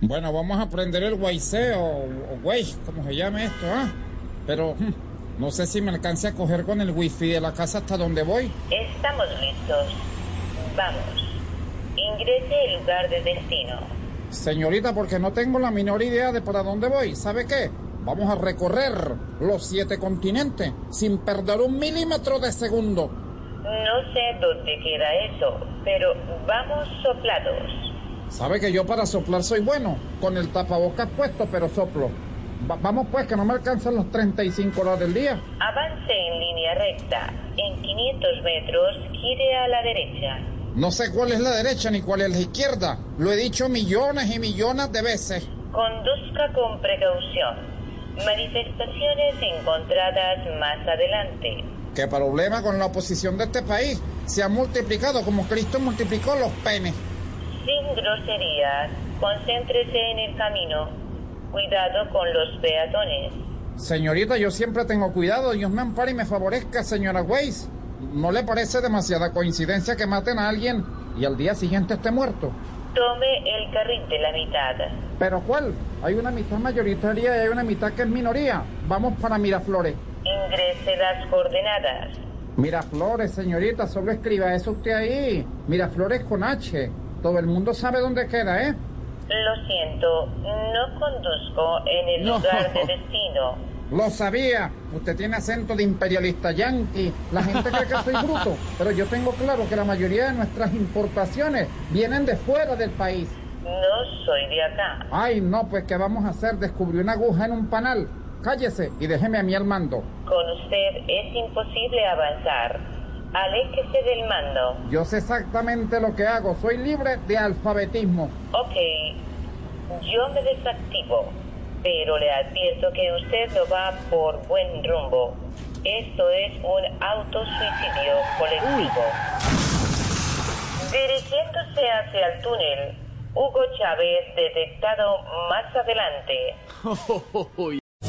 Bueno, vamos a aprender el guaiseo, o güey, como se llame esto, ¿ah? Pero hmm, no sé si me alcance a coger con el wifi de la casa hasta donde voy. Estamos listos. Vamos. Ingrese el lugar de destino. Señorita, porque no tengo la menor idea de para dónde voy. ¿Sabe qué? Vamos a recorrer los siete continentes sin perder un milímetro de segundo. No sé dónde queda eso, pero vamos soplados. Sabe que yo para soplar soy bueno, con el tapabocas puesto, pero soplo. Va- vamos pues, que no me alcanzan los 35 horas del día. Avance en línea recta. En 500 metros, gire a la derecha. No sé cuál es la derecha ni cuál es la izquierda. Lo he dicho millones y millones de veces. Conduzca con precaución. Manifestaciones encontradas más adelante. ¿Qué problema con la oposición de este país? Se ha multiplicado como Cristo multiplicó los penes. Sin groserías, concéntrese en el camino. Cuidado con los peatones. Señorita, yo siempre tengo cuidado. Dios me ampare y me favorezca, señora Weiss. ¿No le parece demasiada coincidencia que maten a alguien y al día siguiente esté muerto? Tome el carril de la mitad. ¿Pero cuál? Hay una mitad mayoritaria y hay una mitad que es minoría. Vamos para Miraflores. Ingrese las coordenadas. Miraflores, señorita, solo escriba eso usted ahí. Miraflores con H. Todo el mundo sabe dónde queda, ¿eh? Lo siento, no conduzco en el No. lugar de destino. Lo sabía. Usted tiene acento de imperialista yanqui. La gente cree que soy bruto, pero yo tengo claro que la mayoría de nuestras importaciones vienen de fuera del país. No soy de acá. Ay, no, pues ¿qué vamos a hacer? Descubrí una aguja en un panal. Cállese y déjeme a mí al mando. Con usted es imposible avanzar. Aléjese del mando. Yo sé exactamente lo que hago. Soy libre de alfabetismo. Ok, yo me desactivo, pero le advierto que usted no va por buen rumbo. Esto es un autosuicidio colectivo. Dirigiéndose hacia el túnel, Hugo Chávez detectado más adelante.